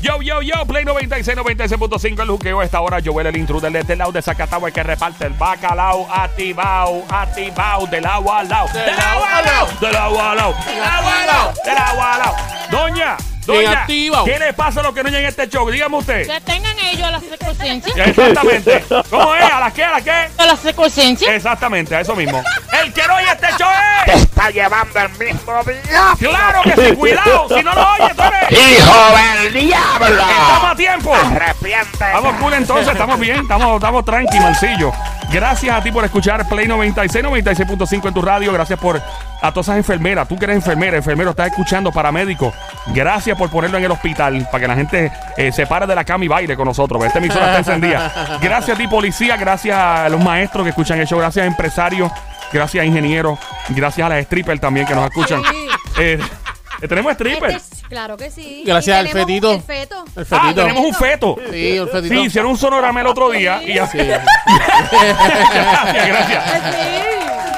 Yo, yo, yo, Play 96, 96.5 El juqueo a esta hora, Joel el intruder desde el lado de Zacatau El que reparte el bacalao Atibao, atibao Del agua al lado Del agua al lado Del agua al lado Del agua al lado Del agua al lado Doña, doña Negativo. ¿Qué le pasa a los que no llegan a este show? Dígame usted Que tengan ellos las circunstancias. Exactamente ¿Cómo es? ¿A las qué? ¿A las qué? Las circunstancias. Exactamente, a eso mismo El que no oye este show Te es está llevando el mismo diablo. Claro que sí, cuidado Si no lo oye, tú eres ¡Hijo del diablo! Estamos a tiempo Arrepiente. Estamos cool entonces, estamos bien, estamos, estamos tranqui, mancillo. Gracias a ti por escuchar Play 96, 96.5 en tu radio. Gracias por a todas esas enfermeras. Tú que eres enfermera, enfermero, estás escuchando, paramédico. Gracias por ponerlo en el hospital para que la gente eh, se pare de la cama y baile con nosotros. Esta emisora está encendida. Gracias a ti, policía. Gracias a los maestros que escuchan el show. Gracias a empresarios. Gracias a ingenieros. Gracias a las strippers también que nos escuchan. Eh, tenemos strippers. Este- claro que sí. Gracias Y al tenemos fetito. El feto. El fetito. Ah, tenemos un feto. Sí, el fetito. Sí, hicieron un sonorama el otro día y Sí. gracias, gracias.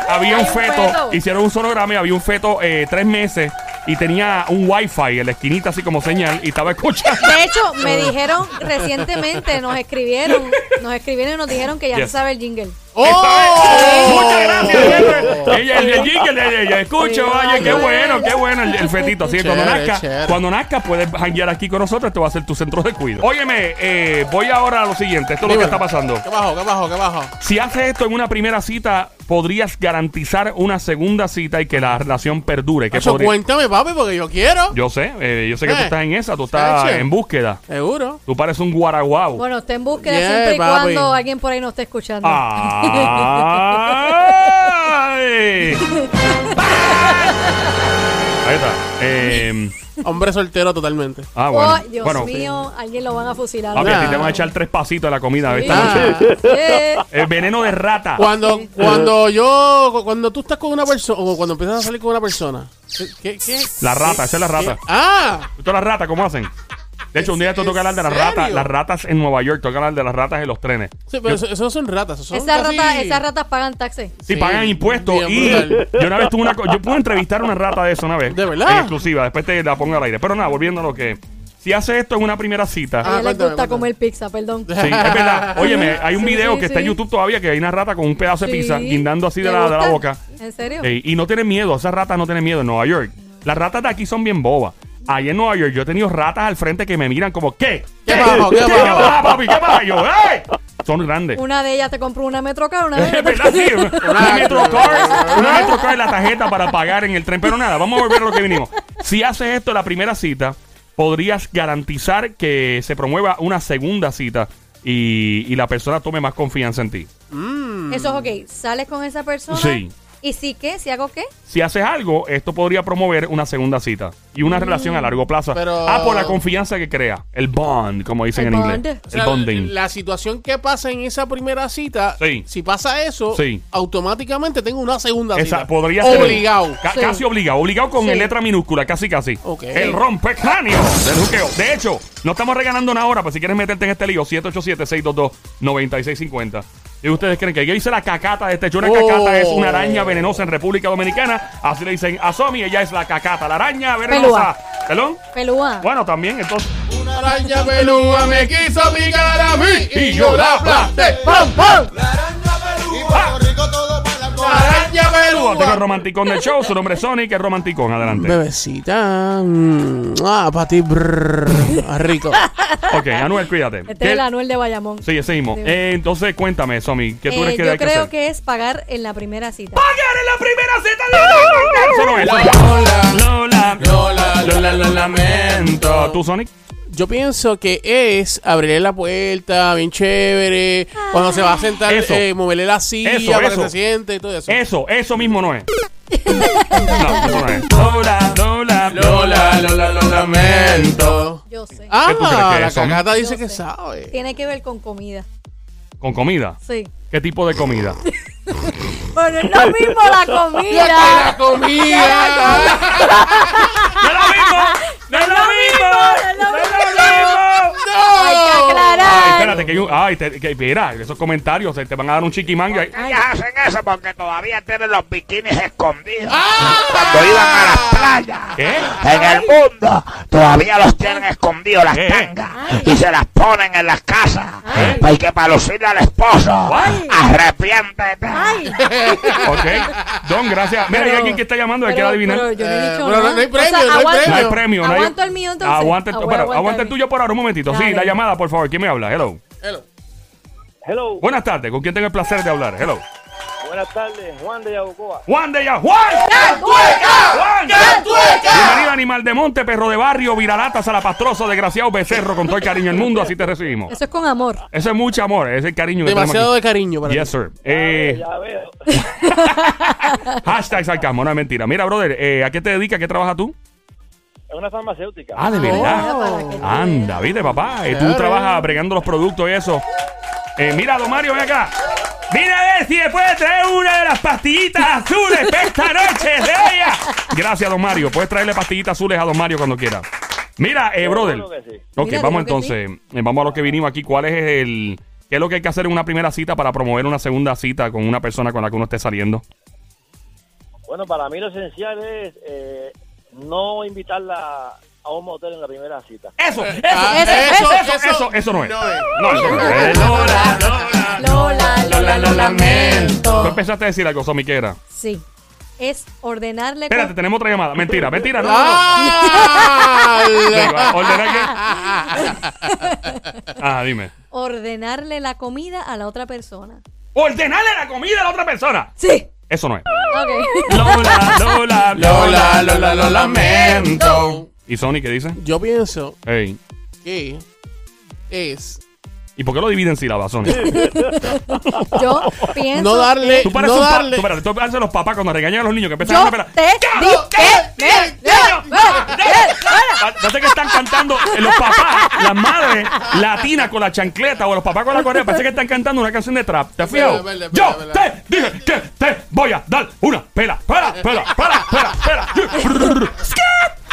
Había Hay un un feto, feto. hicieron un sonograma y había un feto eh, tres meses y tenía un wifi en la esquinita así como señal y estaba escuchando. De hecho, me dijeron recientemente, nos escribieron, nos escribieron y nos dijeron que ya Yes. se sabe el jingle. Estaba- ¡Oh! Muchas gracias, jefe. Ella, el jingle de ella, ella. Escucho, oye, qué bueno, qué bueno el, el fetito. Así que cuando Chévere, nazca, chévere. cuando nazca puedes hanguear aquí con nosotros, te va a ser tu centro de cuidado. Óyeme, eh, voy ahora a lo siguiente, esto es lo que Dímelo. está pasando. ¿Qué bajo, qué bajo, qué bajo? Si haces esto en una primera cita, podrías garantizar una segunda cita y que la relación perdure. Que Ah, Eso podría- cuéntame, papi, porque yo quiero. Yo sé, eh, yo sé que tú Eh. estás en esa, tú estás Sánchez. en búsqueda. Seguro. Tú pareces un guaraguao. Bueno, está en búsqueda Yeah, siempre y papi. cuando alguien por ahí nos esté escuchando. Ah, ¡Ay! Ahí está. Eh, Hombre soltero totalmente. ah, Oh, bueno. Dios bueno, mío, alguien lo van a fusilar. papi, a ti Ah. te van a echar tres pasitos de la comida Sí. esta noche. Yeah. El veneno de rata. Cuando, cuando yo, cuando tú estás con una persona, o cuando empiezas a salir con una persona, ¿qué? qué La rata, esa es la rata. Ah, ¿Esto las ratas cómo hacen? De hecho, un día esto ¿En toca hablar de las serio? ratas, las ratas en Nueva York, toca hablar de las ratas en los trenes. sí, pero eso, eso no son ratas. Eso son Esas casi- ratas, esas ratas pagan taxes. Si Sí, pagan impuestos bien y brutal. yo una vez tuve una co- yo pude entrevistar a una rata de eso una vez. ¿De verdad? En exclusiva, después te la pongo al aire. Pero nada, volviendo a lo que si hace esto en una primera A cita. Ah, ella les cuéntame, gusta cuéntame. comer pizza, perdón. Sí, es verdad. Óyeme, hay un Sí, video sí, que está en sí. YouTube todavía que hay una rata con un pedazo de pizza Sí. guindando así de ¿Le la, de la gusta? boca. ¿En serio? Ey, y no tienen miedo, esas ratas no tienen miedo en Nueva York. Las ratas de aquí son bien bobas. Ahí en Nueva York yo he tenido ratas al frente que me miran como, ¿qué? ¿Qué bajo, qué bajo? bajo, papi? ¿Qué bajo? Yo, ¡ey! Son grandes. Una de ellas te compró una metrocar, una Es de verdad, sí. Una Una- MetroCard, una MetroCard, la tarjeta para pagar en el tren. Pero nada, vamos a volver a lo que vinimos. Si haces esto en la primera cita, podrías garantizar que se promueva una segunda cita y, y la persona tome más confianza en ti. Eso es ok. Sales con esa persona. Sí. ¿Y si qué? ¿Si hago qué? Si haces algo, esto podría promover una segunda cita y una relación Mm, a largo plazo. Pero- Ah, por la confianza que crea. El bond, como dicen El en bond. inglés. O O El sea, bonding. La situación que pasa en esa primera cita, Sí. si pasa eso, Sí. automáticamente tengo una segunda Esa- cita. podría ser- Obligado. Ca- Sí. Casi obligado, obligado con Sí. letra minúscula, casi casi. Ok. El rompecráneo del juqueo. De hecho, no estamos regalando una hora, pero si quieres meterte en este lío, 787-622-9650. ¿Y ustedes creen que yo hice la cacata de este hecho? Una Oh. cacata es una araña venenosa en República Dominicana. Así le dicen a Somi, ella es la cacata, la araña venenosa. ¿Perdón? Pelúa. Bueno, también, entonces. Una araña peluda me quiso picar a mí Y yo la aplasté. ¡Pam, pam! Ah. araña Tú, tengo el romanticón del show, su nombre es Sonic, el romanticón, adelante. Bebecita. mm, Ah, para ti. brrr, ah, rico. Ok, Anuel, cuídate. Este es el Anuel de Bayamón. Sí, seguimos. Eh, entonces, cuéntame, Somi, ¿qué tú Eh, crees que yo hay que creo hacer? que es pagar en la primera cita. pagar en la primera cita de la Lola, Lola, Lola, lo lamento. ¿Tú, Sonic? Yo pienso que es abrirle la puerta, bien chévere. Cuando se va a sentar, Eso. eh, moverle la silla Eso, para eso. que se siente y todo eso. Eso, eso mismo no es. No, eso no es. Lola, Lola, Lola, lo lamento. Yo sé. Ah, ¿Qué tú crees que es la eso? cagata dice Yo que sé. sabe. Tiene que ver con comida. ¿Con comida? Sí. ¿Qué tipo de comida? Bueno, es lo mismo la comida. ¡La comida! ¡No es lo mismo! ¡No es lo mismo! no es lo ¡No es lo mismo! Hay que aclarar. Ay, espérate, que hay un. Ay, te- que, mira, esos comentarios te, te van a dar un chiquimangue. ahí. Ellas hacen eso porque todavía tienen los bikinis escondidos. Ah. Cuando iban a las playas. ¿Eh? En el mundo todavía los tienen escondidos las ¿Eh? tangas y se las ponen en las casas ¿Eh? porque para lucirle al esposo Ay. arrepiéntete. Ay, Ok. Don, gracias. Mira, hay Pero- alguien que está llamando, hay que pero- adivinar. pero yo no he Eh, dicho bueno, nada. no hay O premio, sea, no hay aguanta- No hay Pero- premio. no hay- Aguanto el mío entonces. Aguanta el, Ah, voy a pero, aguantar aguanta el el tuyo por ahora, un momentito. Sí, Dale. la llamada, por favor. ¿Quién me habla? Hello. Hello. Hello, Buenas tardes. ¿Con quién tengo el placer de hablar? Hello. buenas tardes, Juan de Yabucoa. Juan de Ya. ¡Juan! tueca! ¡Juan! Bienvenido, animal de monte, perro de barrio, viralata, salapastroso, desgraciado, becerro, con todo el cariño del mundo. Así te recibimos. Eso es con amor. Eso es mucho amor, ese es el cariño que tenemos Demasiado aquí. de cariño para Yes, ti. sir. Eh, Ya veo. hashtag sarcasmo, no es mentira. Mira, brother, eh, ¿a qué te dedicas? ¿A qué trabajas tú? Es una farmacéutica. Ah, de Mira, verdad. para que tú veas. Anda, viste, papá. Eh, tú Claro. trabajas bregando los productos y eso. Eh, mira, don Mario, ven acá. Mira a ver si me puede traer una de las pastillitas azules para esta noche de ella. Gracias, don Mario. Puedes traerle pastillitas azules a don Mario cuando quiera. Mira, eh, brother. Seguro que sí. Ok, Mira, vamos creo que sí. entonces. eh, Vamos a lo que vinimos aquí. ¿Cuál es el. ¿Qué es lo que hay que hacer en una primera cita para promover una segunda cita con una persona con la que uno esté saliendo? Bueno, para mí lo esencial es eh, no invitarla a un motel en la primera cita. Eso, eso, Ah, eso, eso, eso, eso, no es. es. No, eso no es. Lola, Lola. Lola, Lola, lo Tú lamento. empezaste a decir algo, Somi, ¿qué era? Sí. Es ordenarle. con- Espérate, tenemos otra llamada. Mentira, mentira, no, no, no. ¡Ah! Venga, ordenar que- Ah, dime. Ordenarle la comida a la otra persona. Ordenarle la comida a la otra persona. Sí. Eso no es. Ok. Lola, Lola, Lola, Lola, lo lamento. ¿Y Sony qué dice? Yo pienso Ey. que es ¿Y por qué lo dividen sílabas, Sony? Yo pienso. no darle, Tú pareces no un pa- darle. tú, espérate, tú pareces los papás cuando regañan a los niños que empiezan a Yo esperar. te di que me- Parece que están cantando eh, los papás, las madres latinas con la chancleta o los papás con la correa. Parece que están cantando una canción de trap. ¿Te has Verdad, fijado? verdad, Yo verdad, te dije que te voy a dar una pela, pela, pela, pela, pela, pela.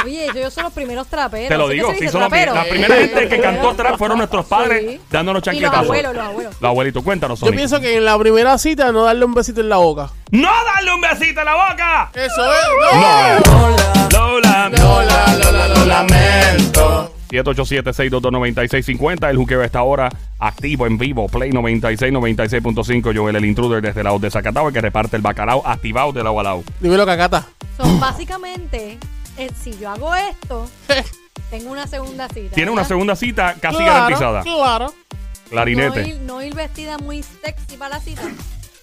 Oye, ellos ellos son los primeros traperos. Te lo ¿sí que digo, se sí, dice, son los traperos? La primera gente que cantó Traperos. trap fueron nuestros padres Sí. dándonos Y los chancletazos. abuelos, los abuelos. Los abuelitos, cuéntanos, Yo Sony. pienso que en la primera cita no darle un besito en la boca. ¡No darle un besito en la boca! Eso es. Lola, Lola, Lola, lo lamento. 787-622-9650. El juqueo está ahora activo en vivo. Play 96, 96.5. Joel, el intruder desde la de Zacatau, el que reparte el bacalao activado de lado a lado. Dímelo, cacata. Son básicamente, eh, si yo hago esto, tengo una segunda cita. Tiene una ¿verdad? segunda cita casi Claro, garantizada. Claro. Clarinete. No ir, no ir vestida muy sexy para la cita.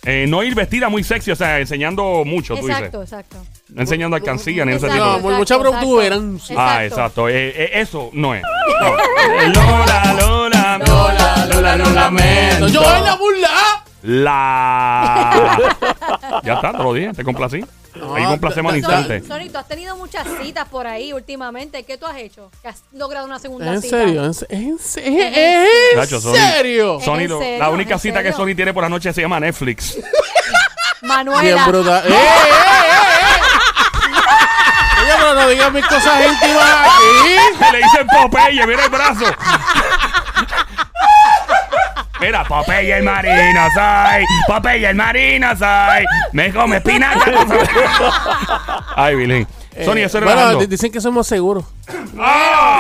Eh, no ir vestida muy sexy, o sea, enseñando mucho, tú dices. exacto, exacto. No enseñando alcancía ni ese Exacto, tipo de No, por mucha exacto, protuberancia. Ah, exacto. Eh, eh, eso no es. No. Eh, Lola, Lola, Lola, Lola, lo lamento. Yo en la burla. La. ya está, te lo dije, te complací. Ahí No, complacemos al da- da- instante. Sony, Sony, tú has tenido muchas citas por ahí últimamente. ¿Qué tú has hecho? ¿Que has logrado una segunda ¿En cita? serio? eh? ¿En, se- en, se- en Nacho, Sony. serio? ¿Es Sony, en lo- serio? la única ¿En cita que serio? Sony tiene por la noche se llama Netflix. Bien Manuela. brutal. ¡Eh, eh, eh, eh! Oye, pero no digas mis cosas íntimas aquí. Se le dicen Popeye, mira el brazo. Mira, Popeye el marino soy. Popeye el marino soy. Me come espinaca. Ay, Vilín. Sony, eso era Eh, Bueno, Orlando. di- dicen que somos seguros. ¡Ah!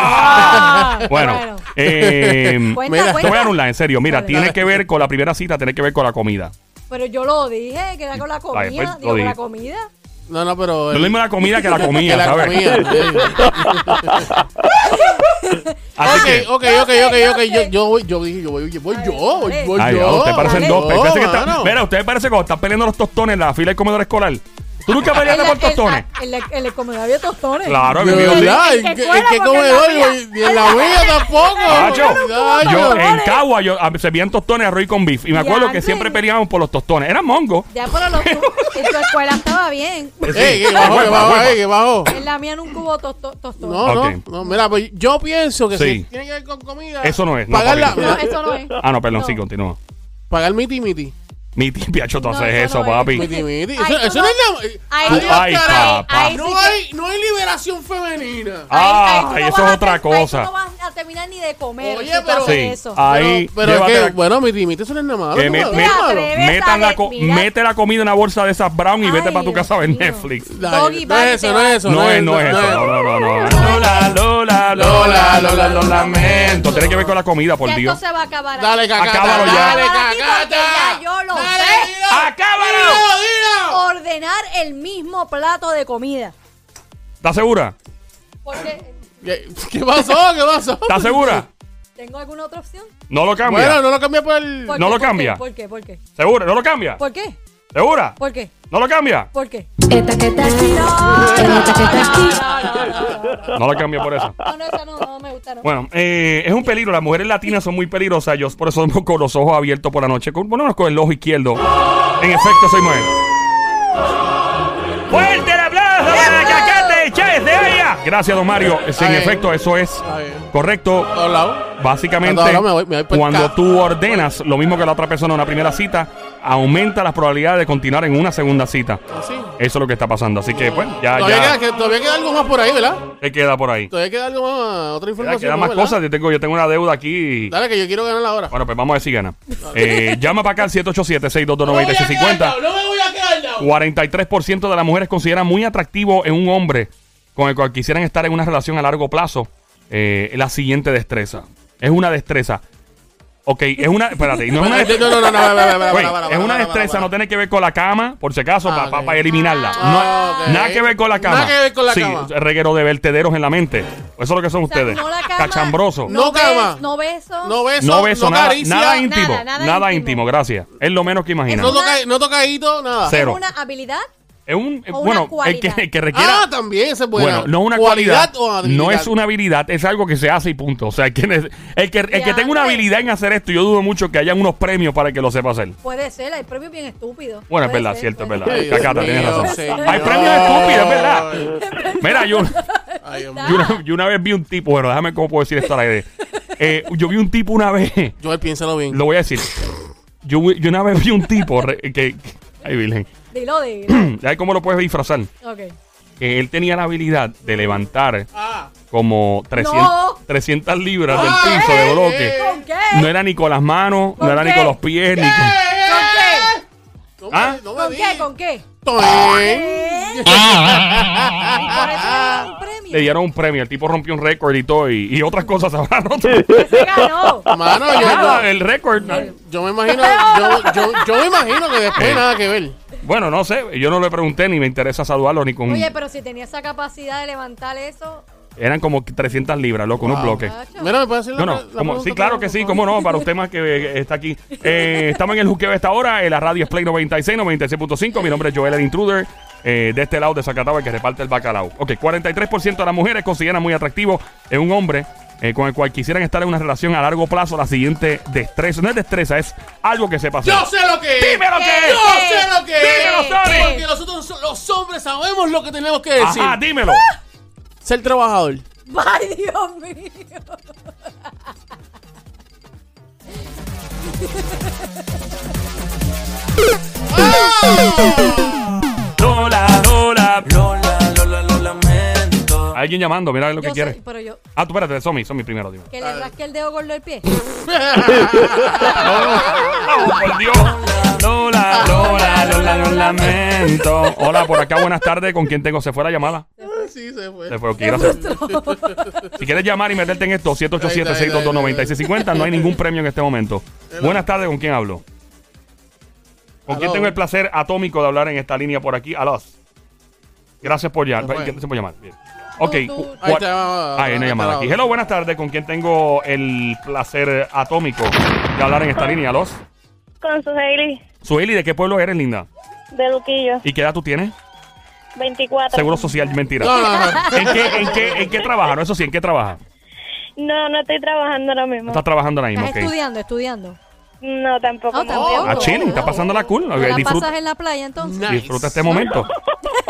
Ah, Bueno, eh, Cuenta, mira, te Te cuenta. voy a dar un like, en serio. Mira, Dale. tiene que ver con la primera cita, tiene que ver con la comida. Pero yo lo dije, que era con la comida. Ay, pues, lo digo, con dije. la comida. No, no, pero. No es lo mismo la comida que la que comida, la ¿sabes? comida, eh. Así Ok, que. ok, ok, ok, ok. Yo, yo voy, yo dije, yo voy, yo voy, yo, voy, dale. voy Ay, yo. Dios, ustedes parecen dale. dos. pe- parece que están- mano. mira, ustedes parecen como están peleando los tostones en la fila del comedor escolar. ¿Tú nunca peleaste por tostones? El, el, el, el comedor había tostones. Claro, De mi amigo. verdad, El que ¿en qué- cuela, en qué porque en la comedor? mía- güey? Ni en la mía tampoco. Nacho, eh, Ay, yo no. en Cagua yo, a- se veían tostones arroz y con beef. Y me acuerdo que Diantre. siempre peleábamos por los tostones. Eran mongos. Ya por lo en tu escuela estaba bien. Ey, eh, que bajo, que bajo, ey, que bajo. En la mía en un cubo tosto, tostón. No, no, Ok. no, mira, pues yo pienso que Sí. si tiene que ver con comida. Eso no es, no, Pagar, la, papi. No, eso no es. Ah, no, perdón, No. sí, continúa. pagar miti miti. Mi tía, tú No, haces eso eso, no es. papi. Miti miti. Ay, Eso, tú eso no no- es la. Ay, Adiós, ay, carajo. papá. Ay, sí No que- hay, no hay liberación femenina. Ah, tú no y vas eso es a hacer- otra ahí tú cosa. no vas a terminar ni de comer. Oye, si tú pero- haces Sí, eso. Ah, ahí. pero es llévatela- que, bueno, mi límite eso no es nada malo. Eh, tú me- sabes, me- malo. Atrévete, Meta la, co- mira. mete la comida en una bolsa de esas brown y vete Ay, para tu Dios casa a ver mío. Netflix. Doggy Ay, No es bag eso, te no va. es eso. No es, no es eso. No, no, no, no. Lola, Lola, Lola, Lola, lo lamento. Tiene que ver con la comida, por Ya Dios. Esto se va a acabar. Dale, cacata. Acábalo ya. Dale, Acábalo ya, cacata. porque ya yo lo Dale, sé. dilo. ¡Acábalo! Dilo, dilo. Ordenar el mismo plato de comida. ¿Estás segura? Porque ¿Qué, qué pasó? ¿Qué pasó? ¿Estás segura? tengo alguna otra opción. No lo cambia. Bueno, no lo cambié por el. ¿Por No qué? ¿Por lo qué? cambia. ¿Por qué? ¿Por qué? ¿Segura? ¿No lo cambia? Pues- ¿Por qué? ¿Segura? ¿Por qué? ¿No lo cambia? ¿Por qué? No lo cambia por eso. No, no, esa no, no me gusta. No. Bueno, eh, es un peligro. Las mujeres latinas son muy peligrosas. Yo por eso ando con los ojos abiertos por la noche. Con, ponémonos con el ojo izquierdo. En efecto, soy mujer. ¡Fuerte el aplauso para Cacate Chávez de Olla! Gracias, don Mario. Sí, en Ay. efecto, eso es Ay. correcto. Por todos lados. Básicamente, Cuando ahora me voy- me voy por cuando acá. tú ordenas lo mismo que la otra persona en una primera cita, aumenta las probabilidades de continuar en una segunda cita. Así. Eso es lo que está pasando. Así que, pues, ya, Todavía, ya. Queda, que- todavía queda algo más por ahí, ¿verdad? ¿Qué queda por ahí? Todavía queda algo más, otra Queda, información. queda más ¿verdad? cosas. Yo tengo, yo tengo una deuda aquí. y- Dale, que yo quiero ganar la hora. Bueno, pues vamos a ver si gana. Eh, llama para acá al 787-622-9650. No me voy a quedar, no. 43% de las mujeres consideran muy atractivo en un hombre con el cual quisieran estar en una relación a largo plazo. Eh, la siguiente destreza. Es una destreza. Ok, es una. Espérate, no es una destreza. No, no, no, no, no, no, no, no, Güey, no, no, es no, una no, destreza, no no, no. tiene que ver con la cama, por si acaso, Ah, para ok. eliminarla. Ah, No- ok. Nada que ver con la cama. Nada que ver con la sí, cama. reguero de vertederos en la mente. Eso es lo que son O sea, ustedes. no la cama, Cachambroso. No cama. bes- No beso. No beso, No beso, nada, caricia, nada íntimo. Nada, nada, nada íntimo. íntimo. gracias. Es lo menos que No, imaginas. Eso- toca, no tocadito, nada. Sí. ¿Es cero. una habilidad? Es un, o una bueno, el que, cualidad. el que requiera. Ah, también se puede. bueno, no es una cualidad. no es una una habilidad, es algo que se hace y punto. O sea, el que, el que, el que tenga una Diantre. habilidad en hacer esto, yo dudo mucho que hayan unos premios para el que lo sepa hacer. Puede ser, hay premios bien estúpidos. Bueno, es Puede verdad, ser, cierto, es puede verdad. ser. Ay, Cacata, tienes razón. Hay premios estúpidos, estúpidos, es verdad. Mira, yo, Ay, Dios mío. yo, una, yo una vez vi un tipo, bueno, déjame cómo puedo decir esto a la idea. Eh, yo vi un tipo una vez, Joel, piénsalo bien. lo voy a decir. Yo, vi- yo una vez vi un tipo re- que, ay, virgen, Dilo, dilo. ay, ¿cómo lo puedes disfrazar? ok. Que él tenía la habilidad de levantar Ah, como 300, No. 300 libras del Ah, piso de eh, bloque. eh. ¿Con qué? No era ni con las manos, no ¿Con era ni qué? con los pies, ni con... no me- ¿Ah? no me ¿Con digas. qué? ¿Con qué? Toin. ¿Eh? ¿Y por eso le dieron un premio? Le dieron un premio, el tipo rompió un récord y todo, y, y otras cosas habrá roto. ¿Qué se ganó? Mano, yo, Nada, yo, el récord. yo me imagino, yo, yo, yo me imagino que después nada que ver. Bueno, no sé, yo no le pregunté ni me interesa saludarlo ni con. Oye, pero si tenía esa capacidad de levantar eso, Eran como 300 libras, loco, unos bloques. macho. Mira, ¿me puedes decir No, la, no, la como, pregunta sí, claro que otra vez, sí, por cómo favor? no, para usted más que eh, está aquí. Eh, estamos en el juqueo de esta hora, en la radio es Play 96, 96.5. Mi nombre es Joel el Intruder, eh, de este lado de Zacatau, el que reparte el bacalao. Ok, 43% de las mujeres consideran muy atractivo en un hombre eh, con el cual quisieran estar en una relación a largo plazo. La siguiente destreza, no es destreza, es algo que se pasa. Yo sé lo que es. ¡Dime lo que es! Yo sé lo que ¡Dímelo, es. Sony! Porque nosotros so- los hombres sabemos lo que tenemos que decir. Ajá, dímelo. Ser trabajador. ¡Ay, Dios mío! Lola, Lola. Lola, Lola, lo Ah. lamento. Alguien llamando, mira lo que Yo quiere. sé, pero yo, Ah, tú espérate, Somi, Somi primero, dime. que le rasque el dedo gordo del pie. ¡Oh, por Dios! Lola, Lola, Lola, lo lamento. Hola, por acá, buenas tardes. ¿Con quién tengo? ¿Se fue la llamada? sí, se fue. Se fue, ok, gracias. Si quieres llamar y meterte en esto, 787-622-9650, no hay ningún premio en este momento. Buenas tardes, ¿con quién hablo? ¿Con quién Aló. tengo el placer atómico de hablar en esta línea por aquí? Alos. Gracias por llamar. Se fue. Gracias por llamar. Bien. Ok. tú- cu- Ahí cua- está, Ah, hay una ahí llamada está aquí. la- Hello, buenas tardes. ¿Con quién tengo el placer atómico de hablar en esta línea? Los. Con su Hailey Sueli, ¿de qué pueblo eres, linda? de Luquillo, ¿Y qué edad tú tienes? 24. Seguro social, mentira. No, no, no. ¿En qué, en qué, en qué trabaja? No, eso sí, ¿en qué trabaja? No, no estoy trabajando ahora mismo. Estás trabajando ahora mismo, Estás ok. estudiando, estudiando. No, tampoco. Oh, No, tampoco. Ah, chilling, está pasando la cool. ¿No la Disfruta, pasas en la playa entonces? Nice. disfruta este momento.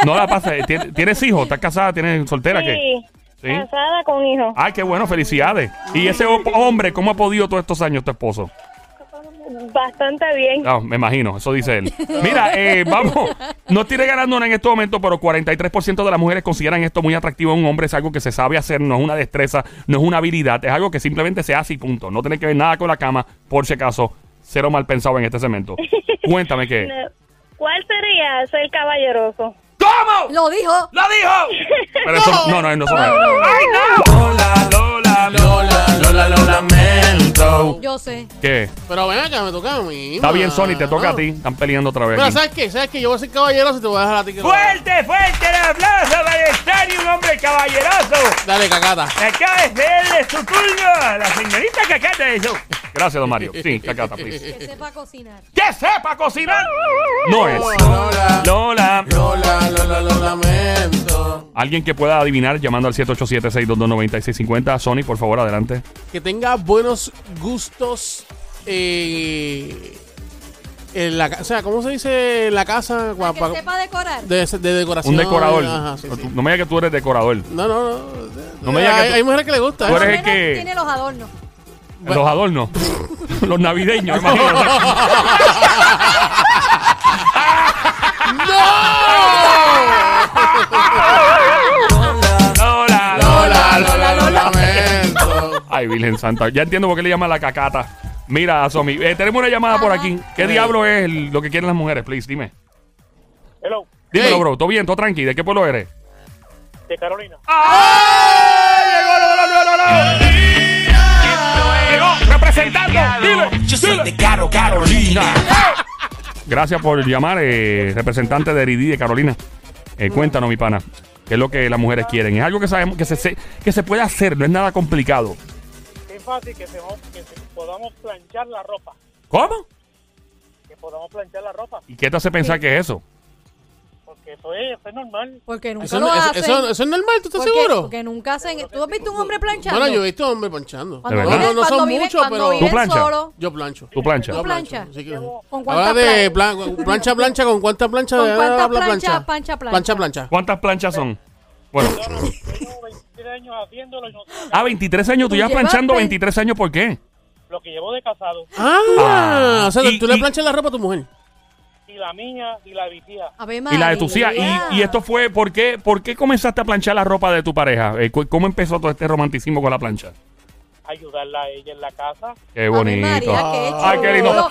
No la pases. ¿Tien- ¿Tienes hijos? ¿Estás casada? ¿Tienes soltera? ¿Qué? Ah. Sí, casada con hijos. Ay, qué bueno, felicidades. ¿Y ese ho- hombre, cómo ha podido todos estos años tu esposo? bastante bien. Ah, me imagino, eso dice él. Mira, eh, vamos, no estoy regalando nada en este momento, pero 43% de las mujeres consideran esto muy atractivo a un hombre. Es algo que se sabe hacer, no es una destreza, no es una habilidad, es algo que simplemente se hace y punto. No tiene que ver nada con la cama, por si acaso, cero mal pensado en este segmento. Cuéntame qué. No. ¿Cuál sería ser caballeroso? ¿Cómo? Lo dijo. ¡Lo dijo! Pero eso, no, no, no, eso no es. ¡Ay, no! Lola, Lola, Lola, Lola, lo lamento. Yo sé. ¿Qué? Pero ven acá, me toca a mí. Está ma. bien, Sony, te toca a No. ti. Están peleando otra vez. Mira, aquí. ¿sabes qué? ¿Sabes qué? Yo voy a ser caballero si te voy a dejar a ti que lo hagas. ¡Fuerte, fuerte el aplauso para Estadio, un hombre caballeroso! Dale, cacata. Acá es de su turno, la señorita Cacata de Show. Gracias, don Mario. Sí, Cacata, please. Que sepa cocinar. ¡Que sepa cocinar! No es. Lola, Pues. Lola. Lola, Lola, lo lamento. Alguien que pueda adivinar llamando al 787-622-9650. Sony, por favor, adelante. Que tenga buenos gustos. Eh, en la, ca- o sea, ¿cómo se dice en la casa? Gua- Que pa- sepa decorar. De, de decoración. Un decorador. Ajá, sí, sí. No me digas que tú eres decorador. No, no, no. No me digas que hay, tú- hay mujeres que le gusta. tú eso. Por eres el lo menos que- Tiene los adornos. Los adornos. Los navideños, imagínate. Lola, Lola, Lola, Lola, lo lamento. Ay, Virgen Santa. Ya entiendo por qué le llaman la cacata. Mira, Somi, eh, tenemos una llamada por Ajá. aquí. ¿Qué Sí. diablo es el- lo que quieren las mujeres? Please, dime. Hello, Dímelo, Hey. bro. ¿Todo bien? ¿Todo tranqui? ¿De qué pueblo eres? de Carolina. Ah. ¡Ay! ¡Llegó, llegó, llegó, llegó! Llegó, representando. Dile, Yo soy dile. de Caro, Carolina. Gracias por llamar, eh, representante de Eridí de Carolina. Eh, cuéntanos, mi pana, qué es lo que las mujeres quieren. Es algo que sabemos que se, se- que se puede hacer, no es nada complicado. Es fácil que, se, que se- podamos planchar la ropa. ¿Cómo? Que podamos planchar la ropa. ¿Y qué te hace pensar que es eso? Porque eso es, eso es normal. Porque nunca Eso, lo no- eso- hacen. eso- eso es normal, ¿tú estás porque, seguro? Porque nunca hacen. ¿Tú has visto un hombre planchando? Bueno, yo he visto hombres planchando. Cuando ¿De No, verdad? viven- no, no cuando son viven- muchos, cuando pero viven planchas? solo, yo plancho. ¿Tu plancha? ¿Tú Yo plancho, planchas? sí que- ¿Con cuántas Habla de planchas? plan- plancha, plancha, ¿con cuánta plancha? ¿Con de- cuántas habla planchas, plancha, plancha? Plancha, plancha. ¿Cuántas planchas son? Bueno, Tengo 23 años haciéndolo y no sé ah, 23 años, tú Tú ya planchando llevaste- 23 años, ¿por qué? lo que llevo de casado. Ah, o sea, y- tú le y- planchas la ropa a tu mujer. Y la mía y la vigía. Ave Y la de tu tía. María. Y, y esto fue, ¿por qué, ¿por qué comenzaste a planchar la ropa de tu pareja? Eh, cu- ¿Cómo empezó todo este romanticismo con la plancha? Ayudarla a ella en la casa. Qué Ave bonito. María, qué chulo. Ay, qué lindo.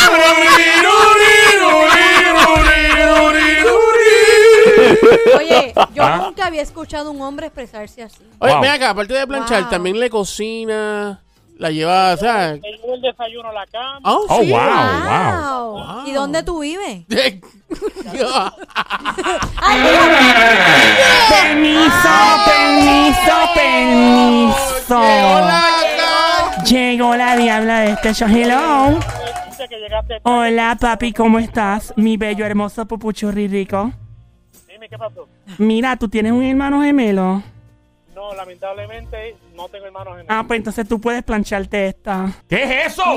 Oye, yo Ah. nunca había escuchado a un hombre expresarse así. Oye, Wow. ven acá, aparte de planchar, Wow. también le cocina, la lleva, o sea... Le llevo el desayuno a la cama. Oh, Oh, sí. wow, Wow. Wow. ¿Y dónde tú vives? Ay, Permiso, permiso, permiso. Llegó la diabla de este show. Hello. Dice que llegaste. Hola, papi, ¿cómo estás? Mi bello, hermoso pupuchurri rico. Dime qué pasó. Mira, tú tienes un hermano gemelo. No, lamentablemente no tengo hermanos en Ah, pues entonces tú puedes plancharte esta. ¿Qué es eso?